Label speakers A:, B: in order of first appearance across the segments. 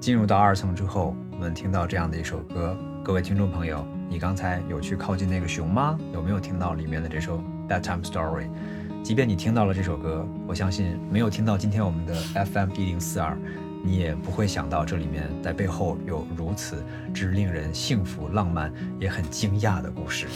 A: 进入到二层之后，我们听到这样的一首歌，各位听众朋友，你刚才有去靠近那个熊吗？有没有听到里面的这首《That Time Story》？即便你听到了这首歌，我相信没有听到今天我们的 FM 一零四二，你也不会想到这里面在背后有如此之令人幸福、浪漫，也很惊讶的故事。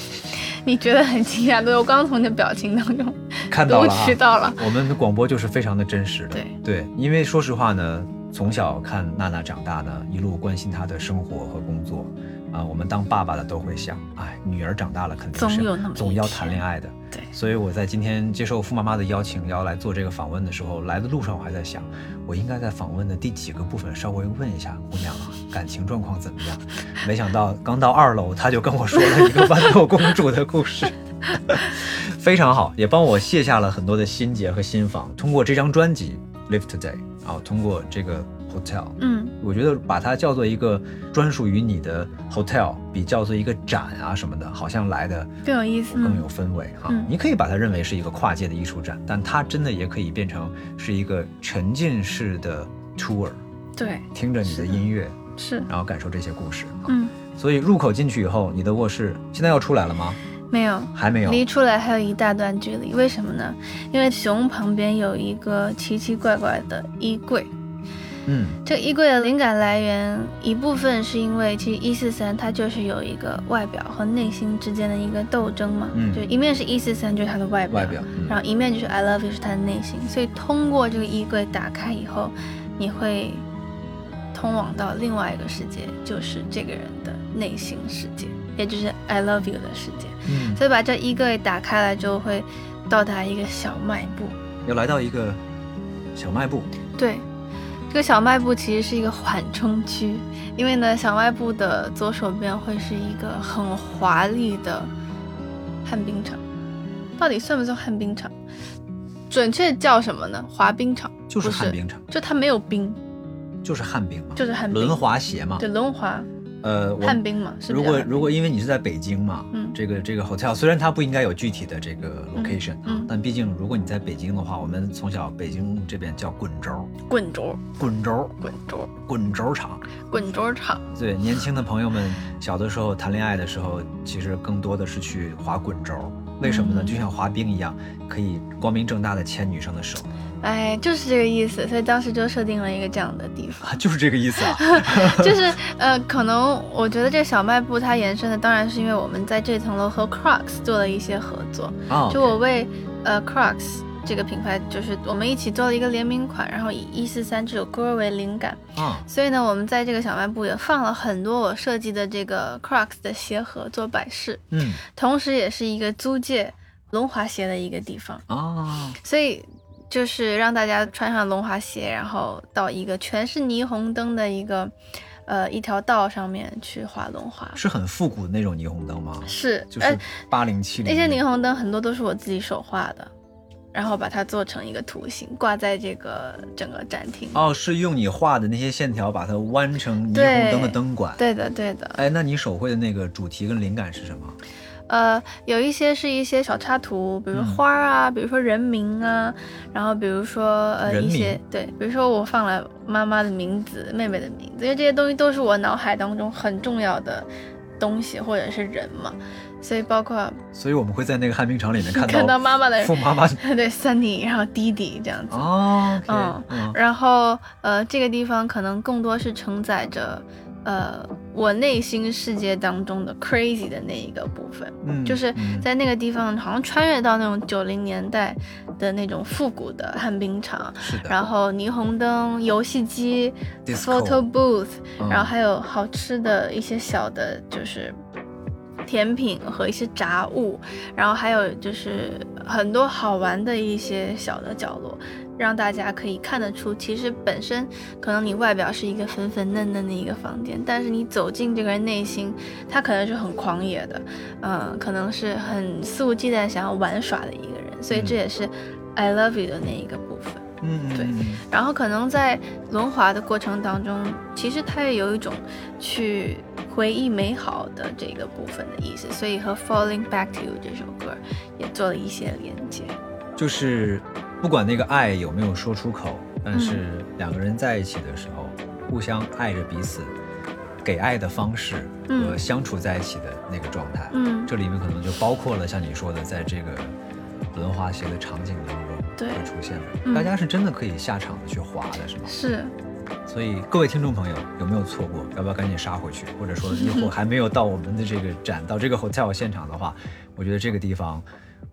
B: 你觉得很惊讶，对我刚刚从你的表情当中
A: 看到了、
B: 啊，知道了。
A: 我们的广播就是非常的真实的。
B: 对
A: 对，因为说实话呢，从小看娜娜长大呢，一路关心她的生活和工作。啊，我们当爸爸的都会想，哎，女儿长大了肯定是总要谈恋爱的。
B: 对，
A: 所以我在今天接受付妈妈的邀请，要来做这个访问的时候，来的路上我还在想，我应该在访问的第几个部分稍微问一下姑娘啊，感情状况怎么样？没想到刚到二楼，她就跟我说了一个豌豆公主的故事。 非常好，也帮我卸下了很多的心结和心防。通过这张专辑《Live Today》，然后通过这个 Hotel，
B: 嗯，
A: 我觉得把它叫做一个专属于你的 Hotel，比叫做一个展啊什么的，好像来的
B: 更有意思，
A: 更有氛围啊。
B: 嗯
A: 你可以把它认为是一个跨界的艺术展，但它真的也可以变成是一个沉浸式的 tour，
B: 对，
A: 听着你的
B: 是的
A: 音乐，
B: 是，
A: 然后感受这些故事。啊
B: 嗯，
A: 所以入口进去以后，你的卧室现在要出来了吗？
B: 没有，
A: 还没有。
B: 离出来还有一大段距离，为什么呢？因为熊旁边有一个奇奇怪怪的衣柜。
A: 嗯
B: 这个衣柜的灵感来源一部分是因为，其实一四三它就是有一个外表和内心之间的一个斗争嘛，
A: 嗯
B: 就一面是一四三就是它的外表，
A: 外表嗯
B: 然后一面就是 I love you 是它的内心，所以通过这个衣柜打开以后，你会通往到另外一个世界，就是这个人的内心世界，也就是 I love you 的世界。
A: 嗯，
B: 所以把这衣柜打开来，就会到达一个小卖部。
A: 又嗯来到一个小卖部，
B: 对，这个小卖部其实是一个缓冲区，因为呢，小卖部的左手边会是一个很华丽的旱冰场，到底算不算旱冰场？准确叫什么呢？滑冰场，
A: 就是
B: 不是
A: 旱冰场，
B: 就它没有冰，
A: 就是旱冰嘛，
B: 就是旱冰，
A: 轮滑鞋嘛。
B: 对轮滑
A: 呃，我
B: 旱冰嘛，是不
A: 如
B: 是
A: 果
B: 叫旱冰
A: 如果因为你是在北京嘛，
B: 嗯
A: 这个这个 hotel 虽然它不应该有具体的这个 location 啊，
B: 嗯
A: 但毕竟如果你在北京的话，我们从小北京这边叫滚轴，
B: 滚轴
A: 滚轴，
B: 滚轴
A: 滚轴场。
B: 滚轴场，
A: 对，年轻的朋友们，小的时候谈恋爱的时候，其实更多的是去滑滚轴，为什么呢？
B: 嗯
A: 就像滑冰一样，可以光明正大的牵女生的手
B: 哎，就是这个意思。所以当时就设定了一个这样的地方。
A: 啊，就是这个意思啊。
B: 就是呃，可能我觉得这小卖部它延伸的，当然是因为我们在这层楼和 Crocs 做了一些合作。
A: 啊，
B: 就我为呃 Crocs 这个品牌，就是我们一起做了一个联名款，然后以一四三这首歌为灵感，
A: 啊，
B: 所以呢，我们在这个小卖部也放了很多我设计的这个 Crocs 的鞋盒做摆饰，
A: 嗯
B: 同时也是一个租借轮滑鞋的一个地方。
A: 啊，
B: 所以就是让大家穿上轮滑鞋，然后到一个全是霓虹灯的一个呃一条道上面去滑轮滑。
A: 是很复古的那种霓虹灯吗？
B: 是，
A: 就
B: 哎
A: 是八零七零
B: 那些霓虹灯很多都是我自己手画的，然后把它做成一个图形，挂在这个整个展厅。
A: 哦，是用你画的那些线条把它弯成霓虹
B: 对
A: 灯的灯管。
B: 对的，对的，
A: 哎，那你手绘的那个主题跟灵感是什么？
B: 呃，有一些是一些小插图，比如说
A: 嗯
B: 花儿啊，比如说人名啊，然后比如说呃
A: 人
B: 一
A: 名
B: 些对，比如说我放了妈妈的名字、妹妹的名字，因为这些东西都是我脑海当中很重要的东西或者是人嘛，所以包括
A: 所以我们会在那个旱冰场里面
B: 看到
A: 到
B: 妈妈的人
A: 富， 妈妈
B: 对，Sunny，然后弟弟这样子。
A: 哦，OK，
B: 嗯
A: 嗯
B: 然后，呃，这个地方可能更多是承载着，呃，我内心世界当中的 crazy 的那一个部分。
A: 嗯，
B: 就是在那个地方，好像穿越到那种九零年代的那种复古的旱冰场，
A: 嗯是的，
B: 然后霓虹灯、游戏机、
A: Disco
B: photo booth，
A: 嗯
B: 然后还有好吃的一些小的，就是甜品和一些杂物，然后还有就是很多好玩的一些小的角落，让大家可以看得出，其实本身可能你外表是一个粉粉嫩嫩的一个房间，但是你走进这个人内心，他可能是很狂野的，嗯，可能是很肆无忌惮想要玩耍的一个人，所以
A: 嗯
B: 这也是 I love you 的那一个部分。
A: 嗯嗯
B: 对
A: 嗯嗯
B: 然后可能在轮滑的过程当中，其实它也有一种去回忆美好的这个部分的意思，所以和《Falling Back to You》这首歌也做了一些连接。嗯
A: 就是不管那个爱有没有说出口，但是两个人在一起的时候，互相爱着彼此，给爱的方式和
B: 嗯
A: 相处在一起的那个状态。
B: 嗯，
A: 这里面可能就包括了像你说的，在这个轮滑鞋的场景当中
B: 对
A: 会出现
B: 嗯
A: 的，大家是真的可以下场的去滑的，是吗？
B: 是，
A: 所以各位听众朋友，有没有错过？要不要赶紧杀回去？或者说，一会儿还没有到我们的这个展，到这个 hotel 现场的话，我觉得这个地方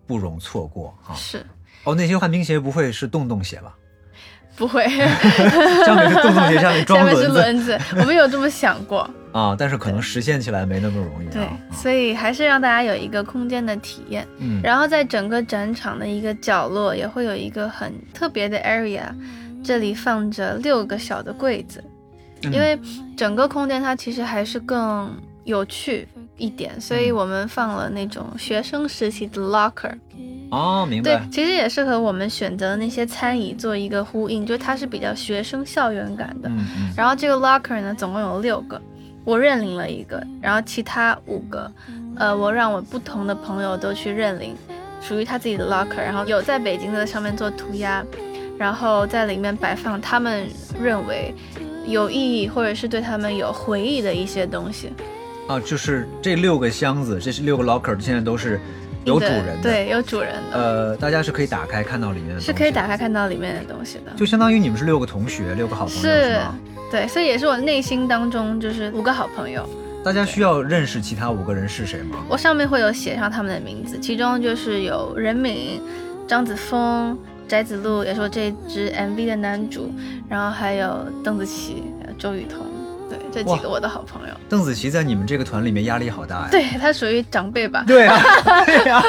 A: 不容错过 啊！
B: 是
A: 哦，那些旱冰鞋不会是洞洞鞋吧？
B: 不会，
A: 上面是洞洞鞋，下面
B: 下
A: 装
B: 面是
A: 轮子
B: 轮子， 我们有这么想过，
A: 啊，但是可能实现起来没那么容易
B: 对
A: 啊。，啊
B: 所以还是让大家有一个空间的体验。
A: 嗯，
B: 然后在整个展场的一个角落也会有一个很特别的 area，这里放着六个小的柜子，
A: 嗯
B: 因为整个空间它其实还是更有趣一点，
A: 嗯
B: 所以我们放了那种学生时期的 locker，
A: 哦，明
B: 对
A: 白，，
B: 其实也是和我们选择的那些餐椅做一个呼应，就它是比较学生校园感的。
A: 嗯嗯，
B: 然后这个 locker 呢，总共有六个，我认领了一个，然后其他五个，呃，我让我不同的朋友都去认领，属于他自己的 locker，然后有在北京的上面做涂鸦，然后在里面摆放他们认为有意义或者是对他们有回忆的一些东西，
A: 啊，就是这六个箱子，这是六个 locker，现在都是有主人的，，
B: 对，有主人的，
A: 呃，大家是可以打开看到里面的，
B: 是可以打，开看到里面的东西的。
A: 就相当于你们是六个同学，六个好朋友，是
B: 是
A: 吗？
B: 对，所以也是我内心当中就是五个好朋友，
A: 大家需要认识其他五个人是谁吗？
B: 我上面会有写上他们的名字，其中就是有任敏、张子枫、翟子路，也是我这支 MV 的男主，然后还有邓紫棋、还有周雨彤，对，这几个我的好朋友。
A: 邓紫棋在你们这个团里面压力好大呀。
B: 对他属于长辈 吧，
A: 对啊，对啊，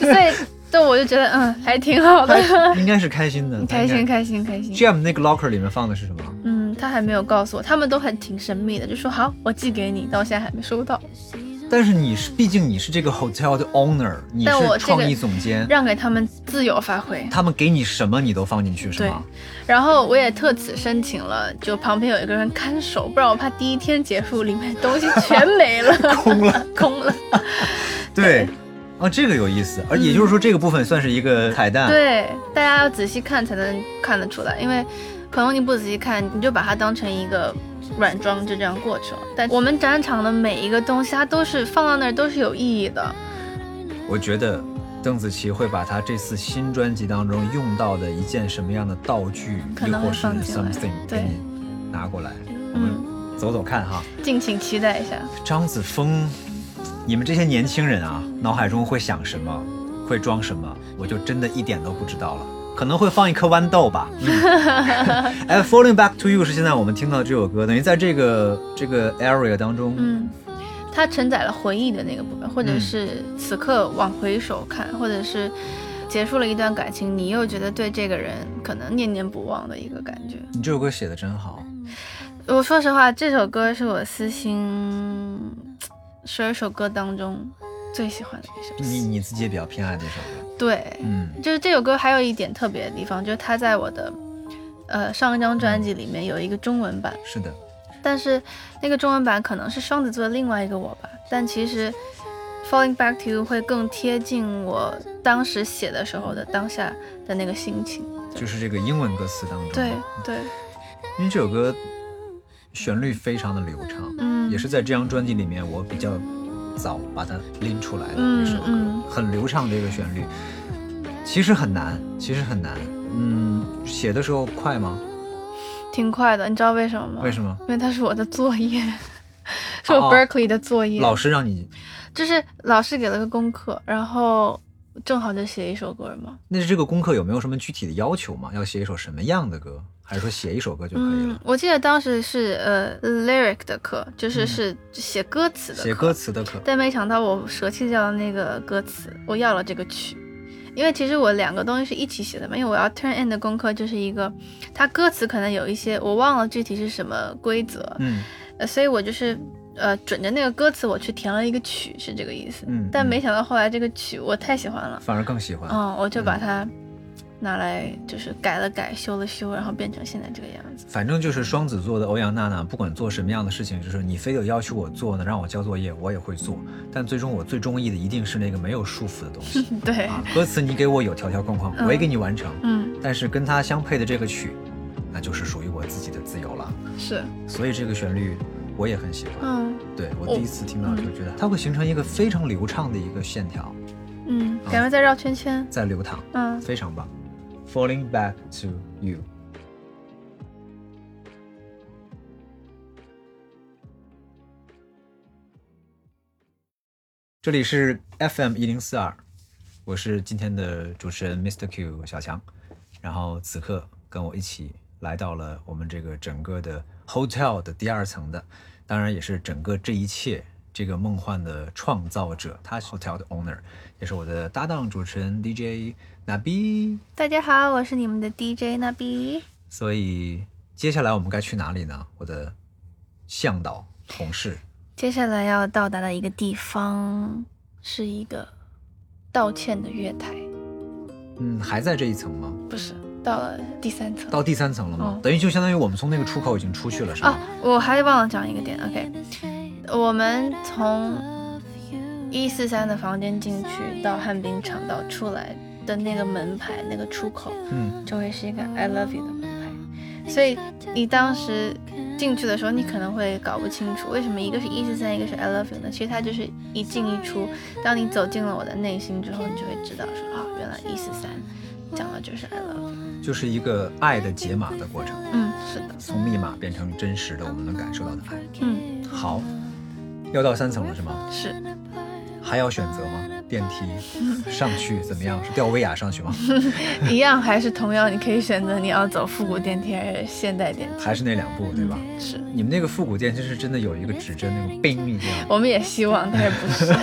B: 所以就我就觉得嗯，还挺好的，
A: 她应该是开心的，
B: 开
A: 她
B: 心
A: 应该。
B: 开心开心。
A: Jam 那个 locker 里面放的是什么？
B: 嗯，他还没有告诉我，他们都很挺神秘的，就说好，我寄给你，但我现在还没收到，
A: 但是你是，毕竟你是这个 hotel 的 owner，你
B: 但我
A: 是
B: 这个
A: 创意总监，
B: 让给他们自由发挥。
A: 他们给你什么你都放进去是吗？
B: 然后我也特此申请了，就旁边有一个人看守，不然我怕第一天结束里面东西全没了，
A: 空了，
B: 空了。
A: 对，啊，这个有意思，而也就是说这个部分算是一个彩蛋。
B: 对，大家要仔细看才能看得出来，因为可能你不仔细看，你就把它当成一个软装就这样过去了。但我们展场的每一个东西，它都是放到那儿都是有意义的。
A: 我觉得邓紫棋会把她这次新专辑当中用到的一件什么样的道具，
B: 可
A: 又
B: 能
A: 或
B: 会
A: 是
B: 放进来
A: something
B: 对
A: 给你拿过来，我
B: 嗯，
A: 们走走看哈。
B: 敬请期待一下。
A: 张子枫，你们这些年轻人啊，脑海中会想什么，会装什么，我就真的一点都不知道了。可能会放一颗豌豆吧。 嗯、哎，《Falling Back to You》是现在我们听到的这首歌，等于在这个这个 area 当中，
B: 嗯，它承载了回忆的那个部分，或者
A: 嗯
B: 是此刻往回首看，或者是结束了一段感情，你又觉得对这个人可能念念不忘的一个感觉。
A: 你这首歌写的真好。
B: 我说实话，这首歌是我私心十二首歌当中最喜欢的一
A: 你
B: 首。
A: 你自己也比较偏爱这首歌，
B: 对，
A: 嗯
B: 就是这首歌还有一点特别的地方，就是它在我的呃上一张专辑里面有一个中文版。
A: 是的，
B: 但是那个中文版可能是双子座的另外一个我吧。但其实《Falling Back to You》会更贴近我当时写的时候的当下的那个心情。
A: 就是这个英文歌词当中，
B: 对对，
A: 因为这首歌旋律非常的流畅，
B: 嗯，
A: 也是在这张专辑里面我比较早把它拎出来的一首歌，
B: 嗯嗯
A: 很流畅这个旋律，其实很难，其实很难，嗯，写的时候快吗？
B: 挺快的。你知道为什么吗？
A: 为什么？哦
B: 因为它是我的作业， 是我 Berkeley 的作业。
A: 老师让你，
B: 就是老师给了个功课，然后正好就写一首歌嘛。
A: 那这个功课有没有什么具体的要求吗？要写一首什么样的歌，还是说写一首歌就可以
B: 嗯
A: 了？，
B: 我记得当时是呃 lyric 的课，就是
A: 嗯
B: 是写歌词的课。
A: 写歌词的可
B: 但没想到我舍弃掉了那个歌词，我要了这个曲，因为其实我两个东西是一起写的嘛，因为我要 turn in 的功课就是一个，它歌词可能有一些我忘了具体是什么规则，
A: 嗯，
B: 呃所以我就是呃准着那个歌词我去填了一个曲，是这个意思。
A: 嗯
B: 但
A: 嗯
B: 没想到后来这个曲我太喜欢了，
A: 反而更喜欢。
B: 嗯，我就把它拿来就是改了改，修了修，然后变成现在这个样子。
A: 反正就是双子座的欧阳娜娜，不管做什么样的事情，就是你非得要求我做呢，让我交作业，我也会做。但最终我最中意的一定是那个没有束缚的东 西啊
B: 对，
A: 啊。歌词你给我有条条框框，
B: 嗯
A: 我也给你完成，
B: 嗯，
A: 但是跟它相配的这个曲，那就是属于我自己的自由了。
B: 是，
A: 所以这个旋律我也很喜欢。
B: 嗯
A: 对我
B: 哦
A: 第一次听到就觉得它会形成一个非常流畅的一个线条
B: 嗯，感觉在绕圈圈。
A: 在流淌，
B: 嗯，
A: 非常棒。Falling back to you。这里是 FM 一零四二，我是今天的主持人 Mr. Q 小强，然后此刻跟我一起来到了我们这个整个的 hotel 的第二层的，当然也是整个这一切这个梦幻的创造者，他是 hotel 的 owner，也是我的搭档主持人 DJ 那 B。
B: 大家好，我是你们的 DJ 那比。
A: 所以接下来我们该去哪里呢？我的向导同事，
B: 接下来要到达的一个地方是一个道歉的月台，
A: 嗯，还在这一层吗？
B: 不是到了第三层
A: 到第三层了吗？
B: 哦
A: 等于就相当于我们从那个出口已经出去了，是吗？
B: 啊。我还忘了讲一个点，OK，我们从一四三的房间进去到旱冰场到出来的那个门牌那个出口，
A: 嗯，
B: 就会是一个 I love you 的门牌，所以你当时进去的时候，你可能会搞不清楚为什么一个是一四三，一个是 I love you 呢？其实它就是一进一出。当你走进了我的内心之后，你就会知道说啊，原来一四三讲的就是 I love you。
A: 就是一个爱的解码的过程，
B: 嗯，是的，
A: 从密码变成真实的我们能感受到的爱。
B: 嗯，
A: 好，要到三层了是吗？
B: 是
A: 还要选择吗？电梯上去怎么样？是吊威亚上去吗？
B: 一样还是同样，你可以选择你要走复古电梯还是现代电梯。
A: 还是那两步对吧？
B: 是，
A: 你们那个复古电梯是真的有一个指针，那个冰一样，
B: 我们也希望，但是 不是？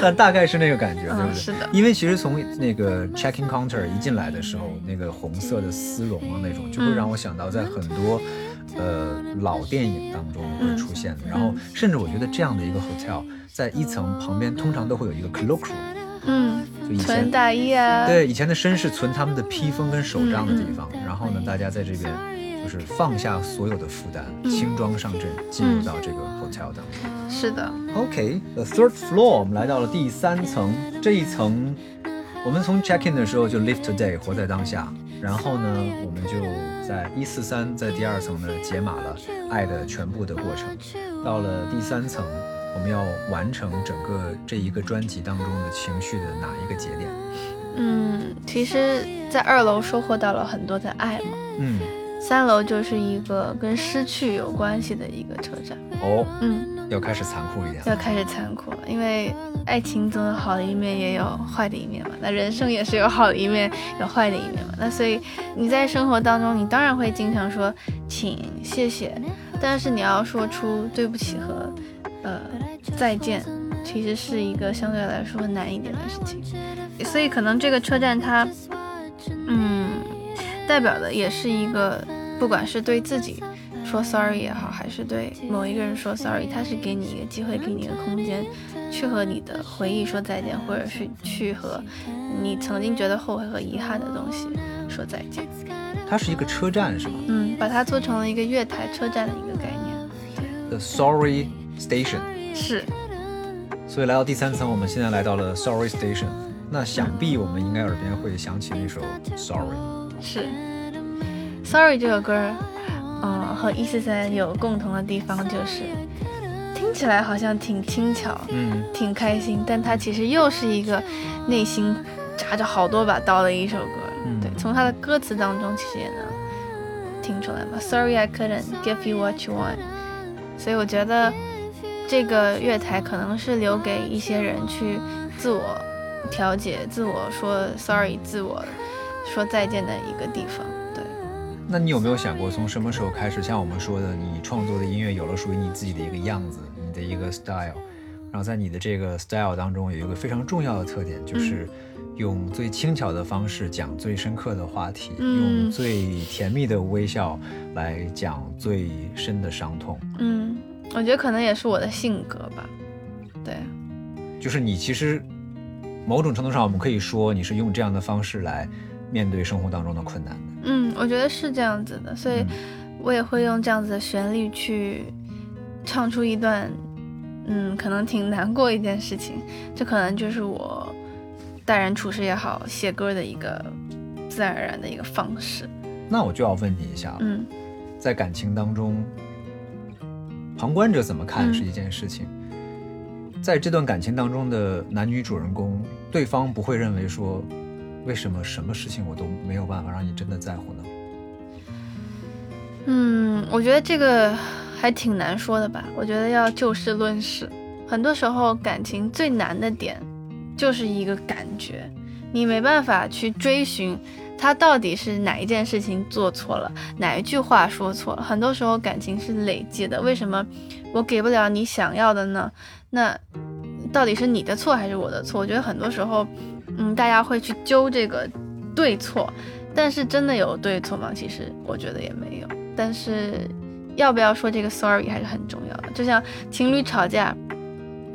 A: 但 大概是那个感觉，对不
B: 嗯，
A: 对？
B: 是的，
A: 因为其实从那个 check-in counter 一进来的时候，那个红色的丝绒啊那种，就会让我想到在很多、呃老电影当中会出现的。
B: 嗯
A: 然后甚至我觉得这样的一个 hotel 在一层旁边通常都会有一个 cloak room，
B: 嗯，
A: 就以前
B: 纯大衣啊，
A: 对以前的绅士存他们的披风跟手杖的地方。
B: 嗯
A: 然后呢，大家在这边就是放下所有的负担，
B: 嗯
A: 轻装上阵进入到这个 hotel 当中。
B: 是的，
A: OK，the、third floor，我们来到了第三层。这一层，我们从 check in 的时候就 live today，活在当下。然后呢，我们就在一四三，在第二层呢解码了爱的全部的过程。到了第三层，我们要完成整个这一个专辑当中的情绪的哪一个节点？
B: 嗯，其实，在二楼收获到了很多的爱嘛，
A: 嗯，
B: 三楼就是一个跟失去有关系的一个车站，
A: 哦，
B: 嗯，
A: 要开始残酷一点
B: 要
A: 了。
B: 开始残酷了，因为爱情总有好的一面，也有坏的一面嘛，那人生也是有好的一面，有坏的一面嘛，那所以你在生活当中，你当然会经常说请、谢谢，但是你要说出对不起和呃再见，其实是一个相对来说难一点的事情，所以可能这个车站它。嗯，代表的也是一个，不管是对自己说 sorry 也好，还是对某一个人说 sorry，它是给你一个机会，给你一个空间，去和你的回忆说再见，或者是去和你曾经觉得后悔和遗憾的东西说再见。
A: 它是一个车站是吗
B: 嗯，把它做成了一个月台车站的一个概念。
A: ？The Sorry Station。
B: 是，
A: 所以来到第三层，我们现在来到了 Sorry Station。那想必我们应该耳边会响起那首 Sorry。
B: 是，Sorry 这首歌儿，嗯，和一四三有共同的地方就是，听起来好像挺轻巧，
A: 嗯，
B: 挺开心，但它其实又是一个内心扎着好多把刀的一首歌。
A: 嗯
B: 对，从它的歌词当中其实也能听出来嘛。Sorry I couldn't give you what you want。所以我觉得这个月台可能是留给一些人去自我调节、自我说 sorry、自我说再见的一个地方。对，
A: 那你有没有想过，从什么时候开始，像我们说的，你创作的音乐有了属于你自己的一个样子，你的一个 style，然后在你的这个 style 当中有一个非常重要的特点，就是用最轻巧的方式讲最深刻的话题，
B: 嗯
A: 用最甜蜜的微笑来讲最深的伤痛。
B: 嗯，我觉得可能也是我的性格吧。对，
A: 就是你其实某种程度上，我们可以说你是用这样的方式来面对生活当中的困难的。
B: 嗯，我觉得是这样子的，所以
A: 嗯
B: 我也会用这样子的旋律去唱出一段，嗯，可能挺难过一件事情，这可能就是我待人处事也好，写歌的一个自然而然的一个方式。
A: 那我就要问你一下，啊
B: 嗯，
A: 在感情当中，旁观者怎么看
B: 嗯
A: 是一件事情。在这段感情当中的男女主人公，对方不会认为说，为什么什么事情我都没有办法让你真的在乎呢？
B: 嗯，我觉得这个还挺难说的吧。我觉得要就事论事，很多时候感情最难的点就是一个感觉，你没办法去追寻他到底是哪一件事情做错了，哪一句话说错了。很多时候感情是累积的，为什么我给不了你想要的呢？那到底是你的错还是我的错？我觉得很多时候，嗯，大家会去揪这个对错，但是真的有对错吗？其实我觉得也没有。但是要不要说这个 sorry 还是很重要的。就像情侣吵架，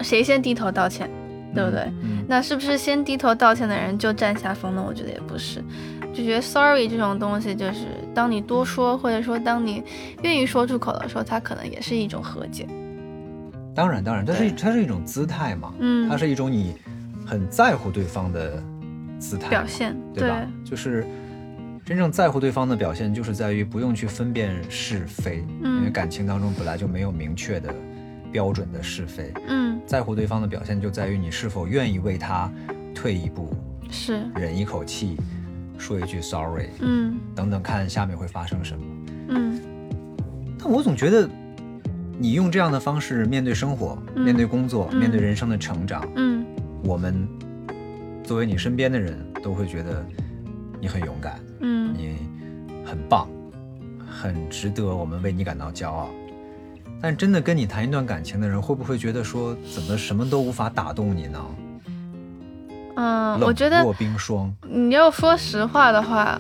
B: 谁先低头道歉，对不对？
A: 嗯？
B: 那是不是先低头道歉的人就占下风呢？我觉得也不是，就觉得 sorry 这种东西，就是当你多说，或者说当你愿意说出口的时候，它可能也是一种和解。
A: 嗯，当然当然，它是
B: 对
A: 它是一种姿态嘛，
B: 嗯，
A: 它是一种你很在乎对方的姿态嘛
B: 表现，
A: 对吧？就是真正在乎对方的表现，就是在于不用去分辨是非，
B: 嗯
A: 因为感情当中本来就没有明确的标准的是非。
B: 嗯，
A: 在乎对方的表现，就在于你是否愿意为他退一步、
B: 是，
A: 忍一口气、说一句 sorry，
B: 嗯
A: 等等，看下面会发生什么。
B: 嗯
A: 但我总觉得，你用这样的方式面对生活、
B: 嗯
A: 面对工作、
B: 嗯
A: 面对人生的成长，
B: 嗯，
A: 我们作为你身边的人都会觉得你很勇敢。
B: 嗯
A: 你很棒，很值得我们为你感到骄傲。但真的跟你谈一段感情的人，会不会觉得说怎么什么都无法打动你呢？
B: 嗯，
A: 冷
B: 我觉得
A: 若冰霜，
B: 你要说实话的话，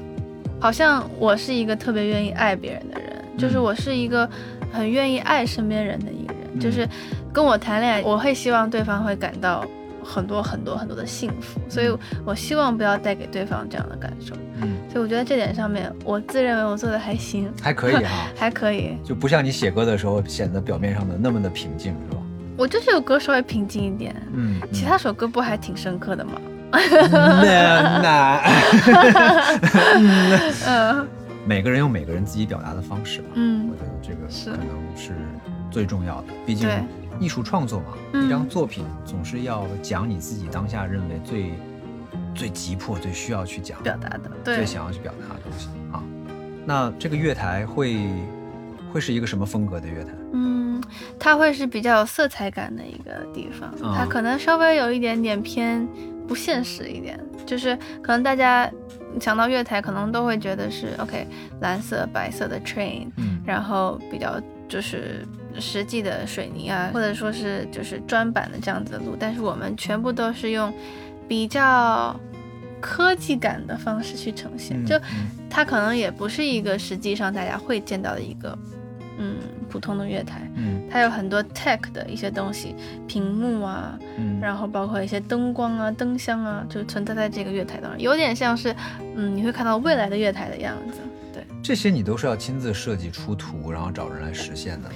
B: 好像我是一个特别愿意爱别人的人，就是我是一个很愿意爱身边人的一个人，
A: 嗯
B: 就是跟我谈恋爱，我会希望对方会感到很多很多很多的幸福，所以我希望不要带给对方这样的感受。
A: 嗯，
B: 所以我觉得这点上面，我自认为我做的还行，，
A: 还可以哈
B: 还可以，
A: 就不像你写歌的时候显得表面上的那么的平静，是吧？
B: 我这首歌稍微平静一点，
A: 嗯，嗯
B: 其他首歌不还挺深刻的吗？
A: 那那
B: 嗯
A: 每个人有每个人自己表达的方式吧，我
B: 嗯
A: 觉得这个
B: 是
A: 可能是最重要的，毕竟
B: 对
A: 艺术创作嘛，
B: 嗯
A: 一张作品总是要讲你自己当下认为最最急迫、最需要去讲、
B: 表达的，
A: 最
B: 对，
A: 想要去表达的东西啊。那这个月台会会是一个什么风格的月台？
B: 嗯，它会是比较有色彩感的一个地方，
A: 啊
B: 它可能稍微有一点点偏不现实一点，就是可能大家想到月台，可能都会觉得是 OK 蓝色、白色的 train，
A: 嗯
B: 然后比较就是实际的水泥啊，或者说是就是砖板的这样子的路，但是我们全部都是用比较科技感的方式去呈现，
A: 嗯
B: 就
A: 嗯
B: 它可能也不是一个实际上大家会见到的一个嗯普通的月台，
A: 嗯
B: 它有很多 tech 的一些东西，屏幕啊，
A: 嗯，
B: 然后包括一些灯光啊、灯箱啊，就存在在这个月台当中，有点像是嗯你会看到未来的月台的样子。对，
A: 嗯这些你都是要亲自设计出图，然后找人来实现的吗？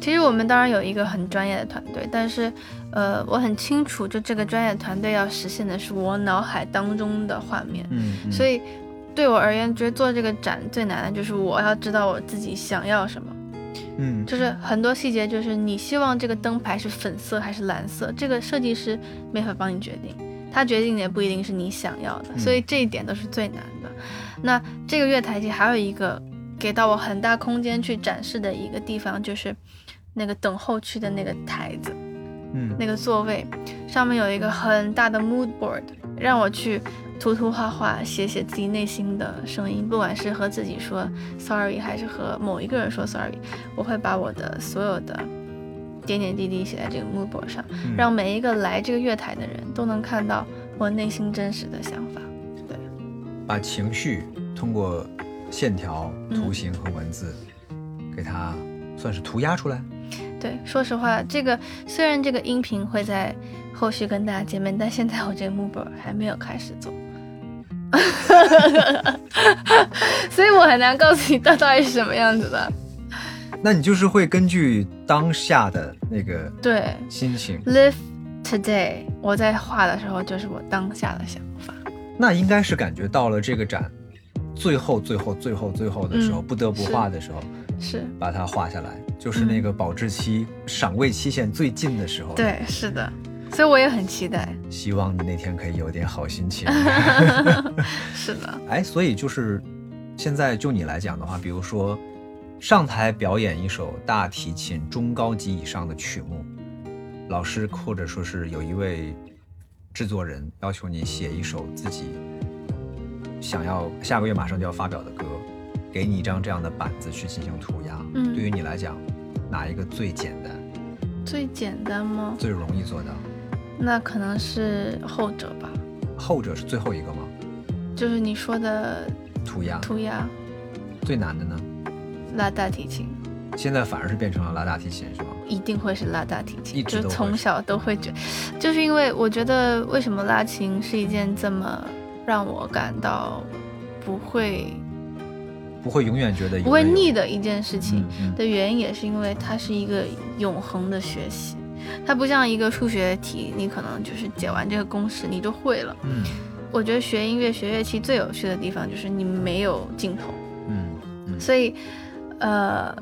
B: 其实我们当然有一个很专业的团队，但是呃我很清楚，就这个专业团队要实现的是我脑海当中的画面。
A: 嗯，嗯
B: 所以对我而言，觉得做这个展最难的就是我要知道我自己想要什么，
A: 嗯
B: 就是很多细节，就是你希望这个灯牌是粉色还是蓝色，这个设计师没法帮你决定，他决定的也不一定是你想要的，
A: 嗯
B: 所以这一点都是最难的。那这个月台其实还有一个给到我很大空间去展示的一个地方，就是那个等候区的那个台子。
A: 嗯
B: 那个座位，上面有一个很大的 mood board，让我去涂涂画画，写写自己内心的声音，不管是和自己说 sorry，还是和某一个人说 sorry，我会把我的所有的点点滴滴写在这个 mood board 上，
A: 嗯
B: 让每一个来这个月台的人都能看到我内心真实的想法。
A: 把情绪通过线条、
B: 嗯
A: 图形和文字，给它算是涂鸦出来。
B: 对，说实话，这个虽然这个音频会在后续跟大家见面，但现在我这个 m o v e 还没有开始做， 所以我很难告诉你到底是什么样子的。
A: 那你就是会根据当下的那个
B: 对
A: 心情，
B: ，live today，我在画的时候就是我当下的想法。
A: 那应该是感觉到了这个展最后最后最后最后的时候，
B: 嗯
A: 不得不
B: 是
A: 画的时候，
B: 是
A: 把它画下来，就是那
B: 嗯
A: 个保质期、赏味期限最近的时候。，
B: 对，是的，所以我也很期待。
A: 希望你那天可以有点好心 情。
B: 是的，
A: 哎，所以就是现在就你来讲的话，比如说上台表演一首大提琴中高级以上的曲目，老师或者说是有一位制作人要求你写一首自己想要下个月马上就要发表的歌，给你一张这样的板子去进行涂鸦。
B: 嗯
A: 对于你来讲，哪一个最简单、
B: 最简单吗？
A: 最容易做到？
B: 那可能是后者吧，
A: 后者是最后一个吗？
B: 就是你说的
A: 涂鸦
B: 涂鸦、
A: 最难的呢？
B: 拉大提琴，
A: 现在反而是变成了拉大提琴，是吗？
B: 一定会是拉大提
A: 一
B: 琴，
A: 直都
B: 就是
A: 会
B: 从小都会觉，就是因为我觉得为什么拉琴是一件这么让我感到不会
A: 不会永远觉得
B: 不会
A: 有
B: 腻的一件事情
A: 嗯嗯
B: 的原因，也是因为它是一个永恒的学习，它不像一个数学题，你可能就是解完这个公式你就会了。
A: 嗯
B: 我觉得学音乐、学乐器最有趣的地方就是你没有尽头，
A: 嗯
B: 所以，呃，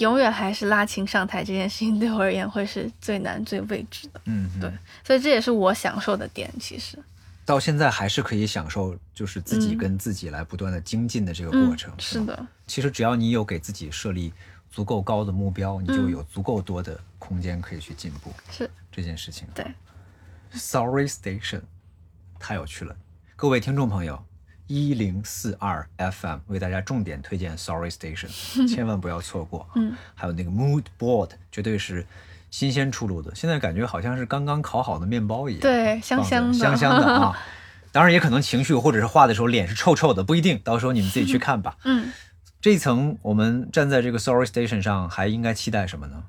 B: 永远还是拉琴上台这件事情对我而言会是最难、最未知的。
A: 嗯，嗯
B: 对所以这也是我享受的点，其实。
A: 到现在还是可以享受，就是自己
B: 嗯
A: 跟自己来不断的精进的这个
B: 嗯
A: 过程。，
B: 是
A: 吗，
B: 的，
A: 其实只要你有给自己设立足够高的目标，你就
B: 嗯
A: 有足够多的空间可以去进步。
B: 是
A: 这件事情。
B: 对
A: ，Sorry Station，太有趣了，各位听众朋友。一零四二 FM 为大家重点推荐 Sorry Station，千 万不要错过。
B: 嗯，
A: 还有那个 Mood Board，绝对是新鲜出炉的。现在感觉好像是刚刚烤好的面包一样，
B: 对，香
A: 放在
B: 香的，
A: 香香的啊。 当然也可能情绪或者是画的时候脸是臭臭的，不一定，到时候你们自己去看吧。
B: 嗯，
A: 这一层我们站在这个 Sorry Station 上，还应该期待什么呢？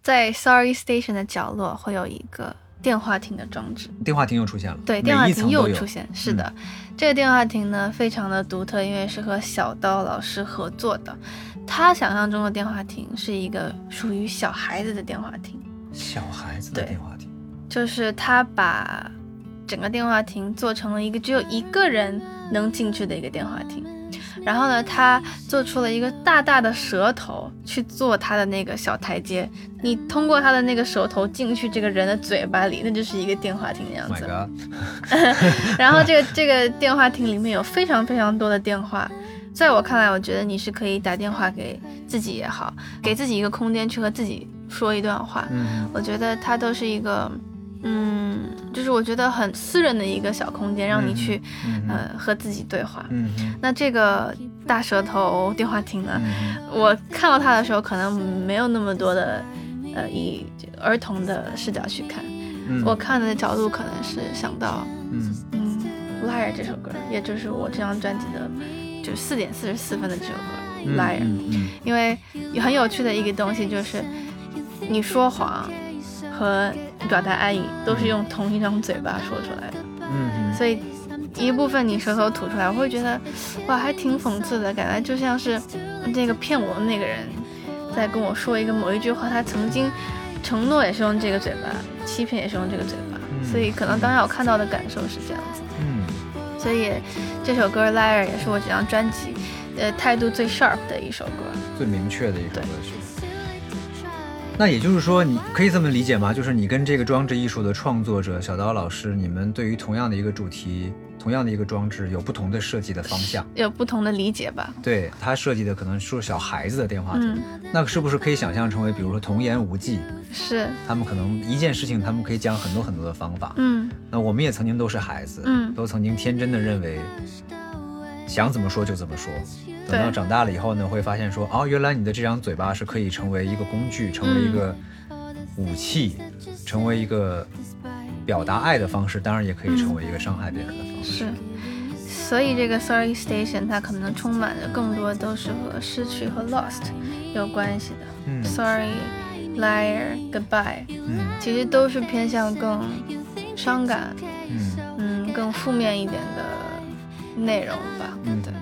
B: 在 Sorry Station 的角落会有一个电话亭的装置。
A: 电话亭又出现了，
B: 对，
A: 每
B: 电话
A: 一
B: 亭
A: 层都
B: 又
A: 有嗯
B: 出现。是的，这个电话亭呢非常的独特，因为是和小刀老师合作的。他想象中的电话亭是一个属于小孩子的电话亭，
A: 小孩子的
B: 对
A: 电话亭，
B: 就是他把整个电话亭做成了一个只有一个人能进去的一个电话亭。然后呢，他做出了一个大大的舌头去做他的那个小台阶，你通过他的那个舌头进去这个人的嘴巴里，那就是一个电话亭的样
A: Oh
B: 子。
A: ，My God，
B: 然后这个这个电话亭里面有非常非常多的电话，在我看来，我觉得你是可以打电话给自己也好，给自己一个空间去和自己说一段话。
A: 嗯
B: 我觉得它都是一个，嗯，就是我觉得很私人的一个小空间，让你去
A: 嗯嗯
B: 呃和自己对话。
A: 嗯嗯
B: 那这个大舌头电话亭呢，
A: 嗯
B: 我看到它的时候，可能没有那么多的，呃，以儿童的视角去看，
A: 嗯
B: 我看的角度可能是想到。
A: 嗯
B: 嗯，《Liar》这首歌，也就是我这张专辑的，就四点四十四分的这首歌《
A: 嗯
B: Liar》，
A: 嗯嗯
B: 因为有很有趣的一个东西就是，你说谎和表达爱意都是用同一张嘴巴说出来的，
A: 嗯
B: 所以一部分你舌头吐出来，我会觉得哇，还挺讽刺的，感觉就像是那个骗我的那个人在跟我说一个某一句话，他曾经承诺也是用这个嘴巴，欺骗也是用这个嘴巴，
A: 嗯
B: 所以可能当下我看到的感受是这样子。
A: 嗯
B: 所以这首歌《Liar》也是我这张专辑呃态度最 sharp 的一首歌。
A: 嗯，最明确的一首
B: 对
A: 歌曲。那也就是说，你可以这么理解吗？就是你跟这个装置艺术的创作者小刀老师，你们对于同样的一个主题、同样的一个装置，有不同的设计的方向。
B: 有不同的理解吧，
A: 对他设计的可能是小孩子的电话亭，
B: 嗯，
A: 那是不是可以想象成为，比如说童言无忌，
B: 是，
A: 他们可能一件事情，他们可以讲很多很多的方法。
B: 嗯，
A: 那我们也曾经都是孩子，
B: 嗯
A: 都曾经天真的认为，想怎么说就怎么说。等到
B: 对
A: 长大了以后呢，会发现说，哦，原来你的这张嘴巴是可以成为一个工具，成为一个
B: 嗯
A: 武器，成为一个表达爱的方式，当然也可以成为一个伤害别人的方式。
B: 是。所以这个 Sorry Station 它可能充满着更多都是和失去和 lost 有关系的。
A: 嗯
B: Sorry, liar, goodbye，
A: 嗯
B: 其实都是偏向更伤感，
A: 嗯
B: 嗯，更负面一点的内容吧。
A: 嗯
B: 对，